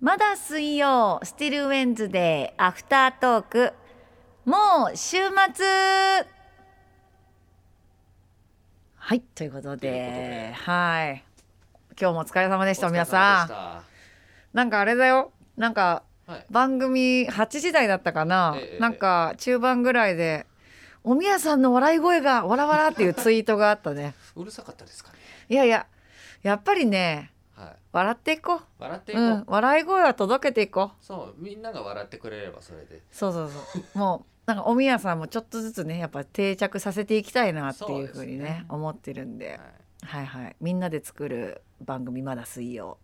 まだ水曜スティルウェンズデーアフタートークもう週末はいということというではい今日もお疲れ様ででした皆さんなんかあれだよなんかはい番組8時台だったかな、ええなんか中盤ぐらいで「おみやさんの笑い声がわらわら」っていうツイートがあった ねん。うるさかったですかね。いやいややっぱりねはい。笑っていこう笑っていうこう。ん、笑い声は届けていこうそう、みんなが笑ってくれればそれで。そうそうそうもうなんかおみやさんもちょっとずつねやっぱ定着させていきたいなっていうふうにねそうですね思ってるんはでい、はいはいみんなで作る番組「まだ水曜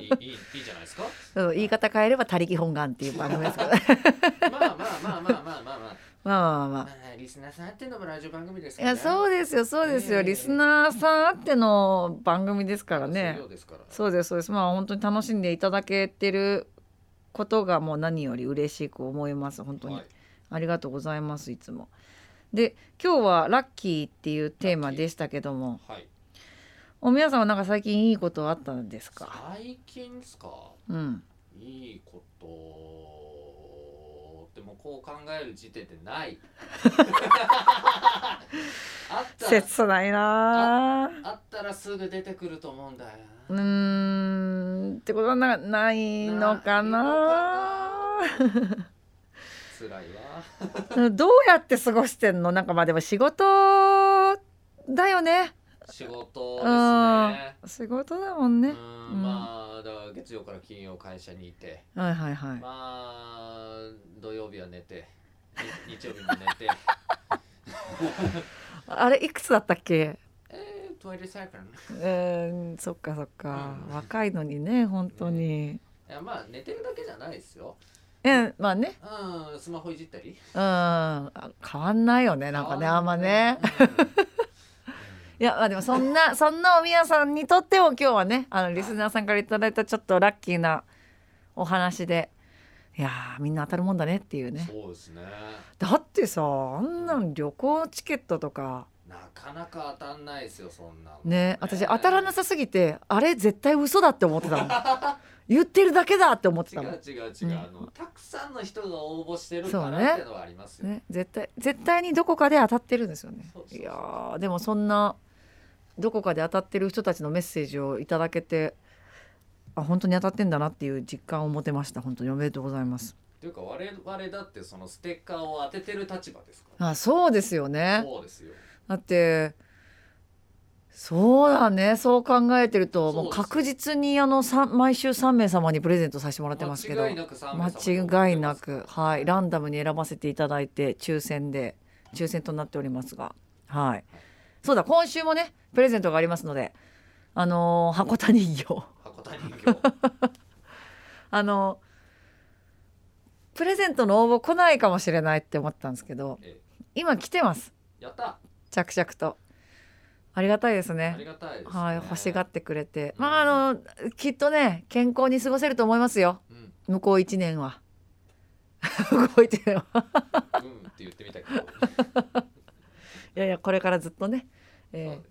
いい、いい、いいじゃな いですか。」うん言い方変えれば「他力本願」っていう番組 ですけどまあまあまあまあまあまあまあ。まあまあまあまあ、リスナーさんあってのもラジオ番組ですいから、やそうですよそうですよ、ええリスナーさんあっての番組ですからねそうですから。そうですそうですまあ本当に楽しんでいただけてることがもう何より嬉しく思います本当に、はいありがとうございますいつもで今日は「ラッキー」っていうテーマでしたけどもはい。お皆さんはなんか最近いいことあったんですか最近ですか。うんいいこと。でも、こう考える時点で ない。あったら。切ないなああったらすぐ出てくると思うんだような。ーんってことはなないのかなないのかな辛いわ。どうやって過ごしてんのなんかまあでも仕事だよね仕事ですね。仕事だもんうね、ん、まあだから月曜から金曜会社にいて、はいはいはい、まあ土曜日は寝て、 に日曜日も寝て。あれいくつだったっけえー、トイレサイクルね。うーんそっかそっか、うん若いのにね本当に、いやまあ寝てるだけじゃないですよ。えまあねうん、スマホいじったり。うんあ変わんないよねなんかねあんまね。いやまあでもそん なそんなおみやさんにとっても今日はねあのリスナーさんからいただいたちょっとラッキーなお話でいやーみんな当たるもんだねっていううん ねそうですね。だってさあんなん旅行チケットとかなかなか当たんないですよそんなの。ね私当たらなさすぎてあれ絶対嘘だって思ってたも ん言ってるだけだって思って違たもんう違う違う、ねあのたくさんの人が応募してるそうかねらっていうのはありますよ、ね、絶対絶対にどこかで当たってるんですよねそうそうそういやーでもそんなどこかで当たってる人たちのメッセージをいただけてあ本当に当たってんだなっていう実感を持てました本当におめでとうございますというか我々だってそのステッカーを当ててる立場ですからあそうですよねそうですよだってそうだねそう考えてるとそうですよもう確実にあのさ毎週3名様にプレゼントさせてもらってますけど間違いなく3名様に送ってます間違いなくはいランダムに選ばせていただいて抽選で抽選となっておりますがはいそうだ今週もねプレゼントがありますのであのー箱田人形箱田人形あのープレゼントの応募来ないかもしれないって思ったんですけど え今来てますやった着々とありがたいですねありがたいですねはい欲しがってくれてうんまああのきっとね健康に過ごせると思いますようん向こう1年は 向こう1年はうんって言ってみたけどいやいやこれからずっとね、そうえですね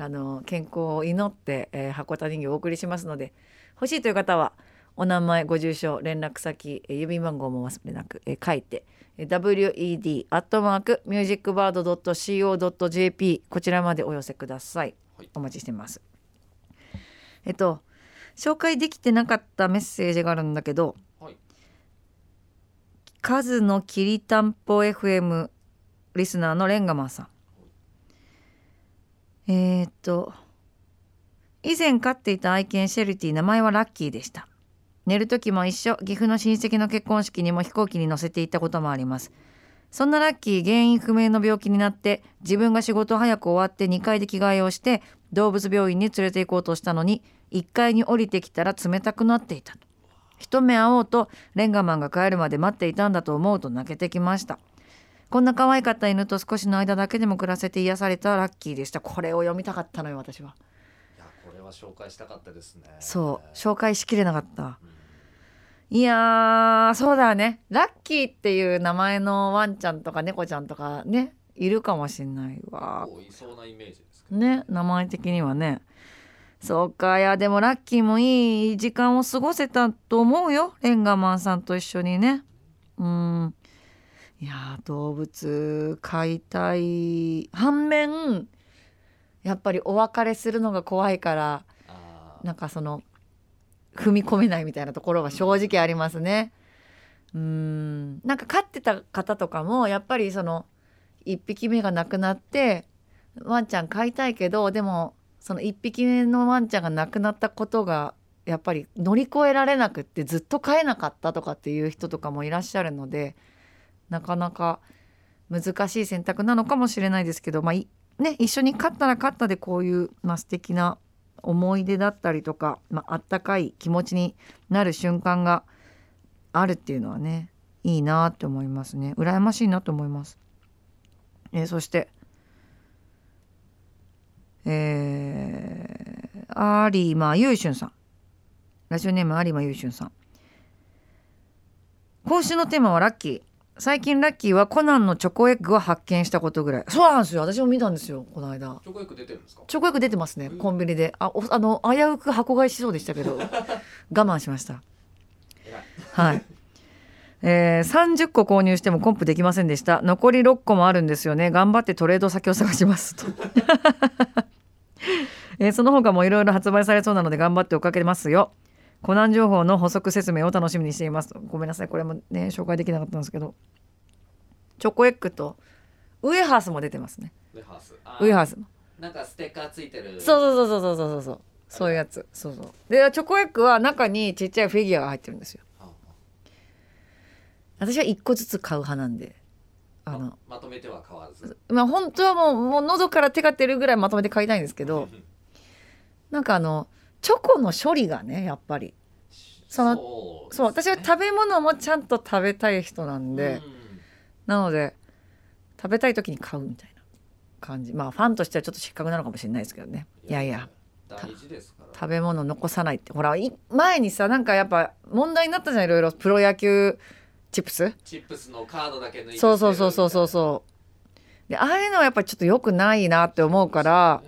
ーあの健康を祈って、えー、箱田人形をお送りしますので欲しいという方はお名前ご住所連絡先、えー郵便番号も忘れなく、えー書いて WED アットマークミュージックバード .co.jp こちらまでお寄せください、はいお待ちしてますえっと紹介できてなかったメッセージがあるんだけどはいカズのきりたんぽ FM リスナーのレンガマンさん。えー、っと以前飼っていた愛犬シェルティ名前はラッキーでした寝る時も一緒岐阜の親戚の結婚式にも飛行機に乗せていったこともありますそんなラッキー原因不明の病気になって自分が仕事を早く終わって2階で着替えをして動物病院に連れて行こうとしたのに1階に降りてきたら冷たくなっていたと一目会おうとレンガマンが帰るまで待っていたんだと思うと泣けてきましたこんな可愛かった犬と少しの間だけでも暮らせて癒されたラッキーでしたこれを読みたかったのよ私はいやこれは紹介したかったですねそう紹介しきれなかったうんいやーそうだねラッキーっていう名前のワンちゃんとか猫ちゃんとかねいるかもしんないわこういそうなイメージですけどね名前的にはねそうかいやでもラッキーもいい時間を過ごせたと思うよレンガマンさんと一緒にねうんいやー動物飼いたい反面やっぱりお別れするのが怖いからあーなんかその踏み込めないみたいなところは正直ありますね。うんなんか飼ってた方とかもやっぱりその1匹目が亡くなってワンちゃん飼いたいけどでもその1匹目のワンちゃんが亡くなったことがやっぱり乗り越えられなくってずっと飼えなかったとかっていう人とかもいらっしゃるのでなかなか難しい選択なのかもしれないですけど、まあいね、一緒に飼ったら飼ったでこういう、まあ、素敵な思い出だったりとか、まああったかい気持ちになる瞬間があるっていうのはねいいなって思いますね羨ましいなと思います。えーそしてえー、有馬優俊さんラジオネーム有馬優俊さん今週のテーマはラッキー最近ラッキーはコナンのチョコエッグを発見したことぐらいそうなんですよ私も見たんですよこの間チョコエッグ出てるんですかチョコエッグ出てますねコンビニであおあの危うく箱買いしそうでしたけど 我慢しました偉いはい、えー、30個購入してもコンプできませんでした残り6個もあるんですよね頑張ってトレード先を探しますと えーその他もいろいろ発売されそうなので頑張って追っかけますよコナン情報の補足説明を楽しみにしていますごめんなさいこれもね紹介できなかったんですけどチョコエッグとウエハースも出てますねウェハースあーウエハースなんかステッカーついてるそうそうそうそうそうそうそうそういうやつそうそうでチョコエッグは中にちっちゃいフィギュアが入ってるんですよあ私は一個ずつ買う派なんでああのままとめては変わらずまあ本当はもうもう喉から手が出るぐらいまとめて買いたいんですけ どなんかあのチョコの処理がねやっぱりそののそう私は食べ物もちゃんと食べたい人なんで、なので食べたい時に買うみたいな感じまあファンとしてはちょっと失格なのかもしれないですけどねいやいや大事ですから食べ物残さないってほらい前にさなんかやっぱ問題になったじゃんいろいろプロ野球チップスチップスのカードだけ抜いてそうそうそうそうそうそうでああいうのはやっぱちょっと良くないなって思うから、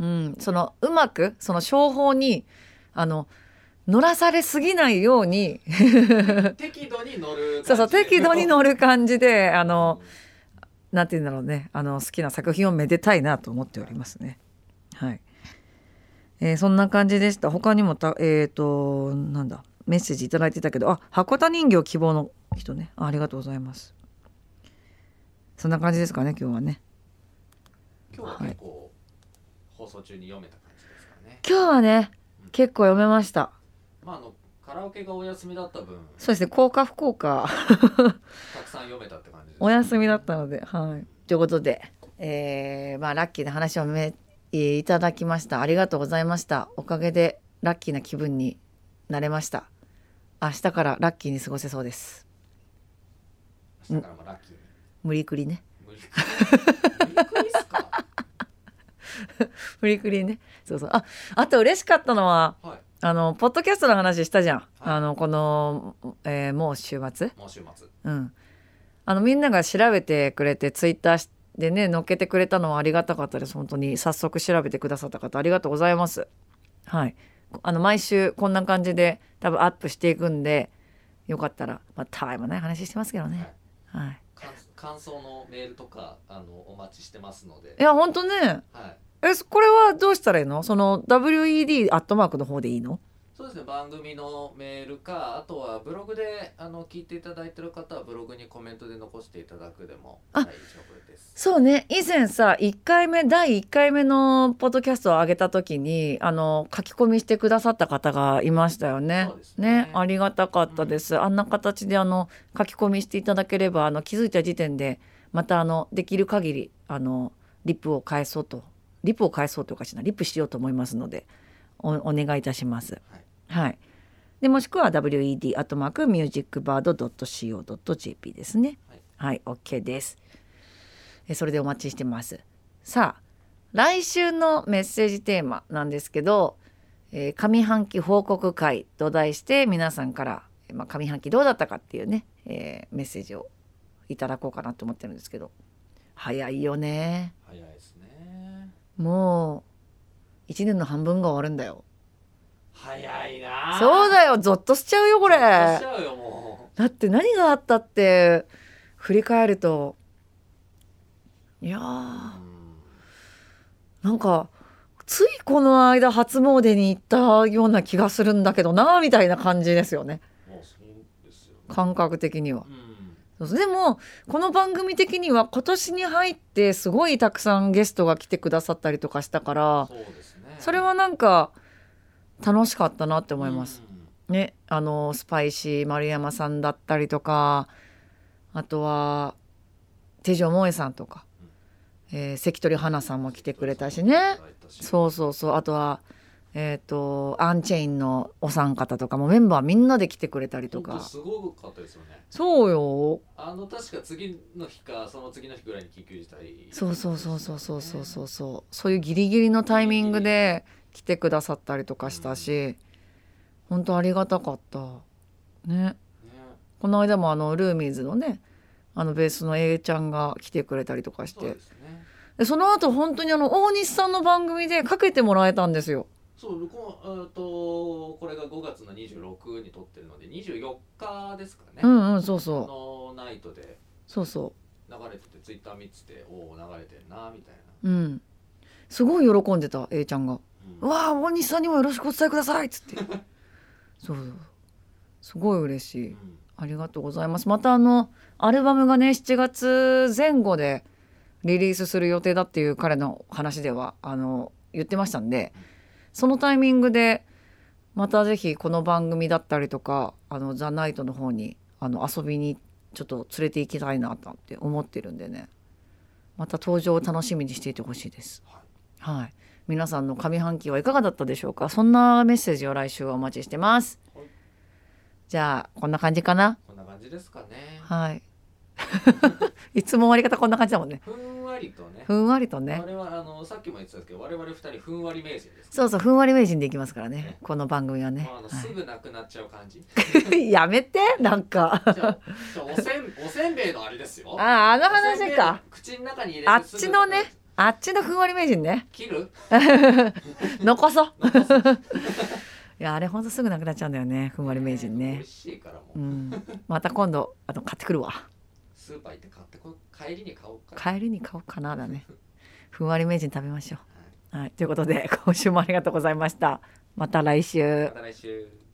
うん、そのうまくその商法にあの乗らされすぎないようにうん適度に乗る感じそうそう適度に乗る感じであうんのなんて言うんだろうねあの好きな作品をめでたいなと思っておりますね。はい、えーそんな感じでした他にもたえっ、となんだメッセージいただいてたけどあ箱田人形希望の人ねあありがとうございます。そんな感じですかね今日はね。今日は結構放送中に読めた感じですかね今日はね結構読めました。まああのカラオケがお休みだった分そうですね効果不効果たくさん読めたって感じですお休みだったのではい。ということで、えーまあラッキーな話をめいただきましたありがとうございましたおかげでラッキーな気分になれました明日からラッキーに過ごせそうです明日からもラッキーに無理くりね無理くり無理くりっすか 無理くりねそうそうああと嬉しかったのははいあのポッドキャストの話したじゃん、あのこの、えーもう週末もう週末うん、あのみんなが調べてくれてツイッターでね載っけてくれたのはありがたかったです本当に早速調べてくださった方ありがとうございますはいあの毎週こんな感じで多分アップしていくんでよかったらまあたわいもない話してますけどねはい感感想のメールとかあのお待ちしてますのでいや本当ねはいえそこれはどうしたらいいのその WED アットマークの方でいいのそうですね番組のメールかあとはブログであの聞いていただいてる方はブログにコメントで残していただくでもあ大丈夫ですそうね以前さ1回目第1回目のポッドキャストを上げた時にあの書き込みしてくださった方がいましたよねそうですねありがたかったです、あんな形であの書き込みしていただければあの気づいた時点でまたあのできる限りあのリップを返そうとリップを返そうというかしなリップしようと思いますのでおお願いいたします。はい、でもしくは WED アットマークミュージックバード .co.jp ですね。はい、OK です。えそれでお待ちしてます。さあ来週のメッセージテーマなんですけど、えー上半期報告会と題して皆さんから、えーまあ、上半期どうだったかっていうね、えーメッセージをいただこうかなと思ってるんですけど早いよね早いですねも1年の半分が終わるんだよ早いなそうだよゾッとしちゃうよこれしちゃうよもだって何があったって振り返るといやーう、なんかついこの間初詣に行ったような気がするんだけどなみたいな感じですよねうんもうそうですよね感覚的にはう。んそうそうでもこの番組的には今年に入ってすごいたくさんゲストが来てくださったりとかしたからそうですねそれはなんか楽しかったなって思います。うんねあのスパイシー丸山さんだったりとかあとは手錠萌さんとか、えー関取花さんも来てくれたしねそうそうそうあとはえっ、とアンチェインのお三方とかもメンバーみんなで来てくれたりと本当かすごかったですよねそうよあの確か次の日かその次の日ぐらいに緊急事態そうそうそうそうそうそうそううそうそういうギリギリのタイミングで来てくださったりとかしたし本当ありがたかったねねこの間もあのルーミーズのねあのベースの A ちゃんが来てくれたりとかしそうてですねでその後本当にあの大西さんの番組でかけてもらえたんですよそうこうえーとこれが5月の26に撮ってるので24日ですかね、うんうんそうそうのナイトでそうそ流れててツイッター見てておお流れてんなみたいな、ううんすごい喜んでた A ちゃんが「ううんわあ大西さんにもよろしくお伝えください」っつ ってそうそうすごい嬉しいうんありがとうございます。またあのアルバムがね7月前後でリリースする予定だっていう彼の話ではあの言ってましたんでそのタイミングでまたぜひこの番組だったりとか「あのザ・ナイト」の方にあの遊びにちょっと連れて行きたいななんて思ってるんでねまた登場を楽しみにしていてほしいです。はいはい皆さんの上半期はいかがだったでしょうかそんなメッセージを来週はお待ちしてますはい。じゃあこんな感じかなこんな感じですかねはい。 いつも終わり方こんな感じだもんね。ふんわりとねふんわりとね。我々あのさっきも言ってたんですけど我々二人ふんわり名人ですそうそう、ふんわり名人でいきますからねね。この番組はねまああ。 のすぐなくなっちゃう感じ。はい、やめて、なん か。じゃあじゃあおせんおせんべいのあれですよ。ああ、あのおせん話べいか。。口の中に入れてあっちのね。あっちのふんわり名人 ね。すぐなくなっちゃう。切る？残そう。 いや、あれほんとすぐなくなっちゃうんだよね。ふんわり名人美ね味。しいからもうう。ん。また今度、あの買ってくるわ。スーパー行って買ってこ帰りに買おうか。帰りに買おうかなだね。ふんわり名人食べましょう。はい、ということで、今週もありがとうございました。また来週ま。た来週。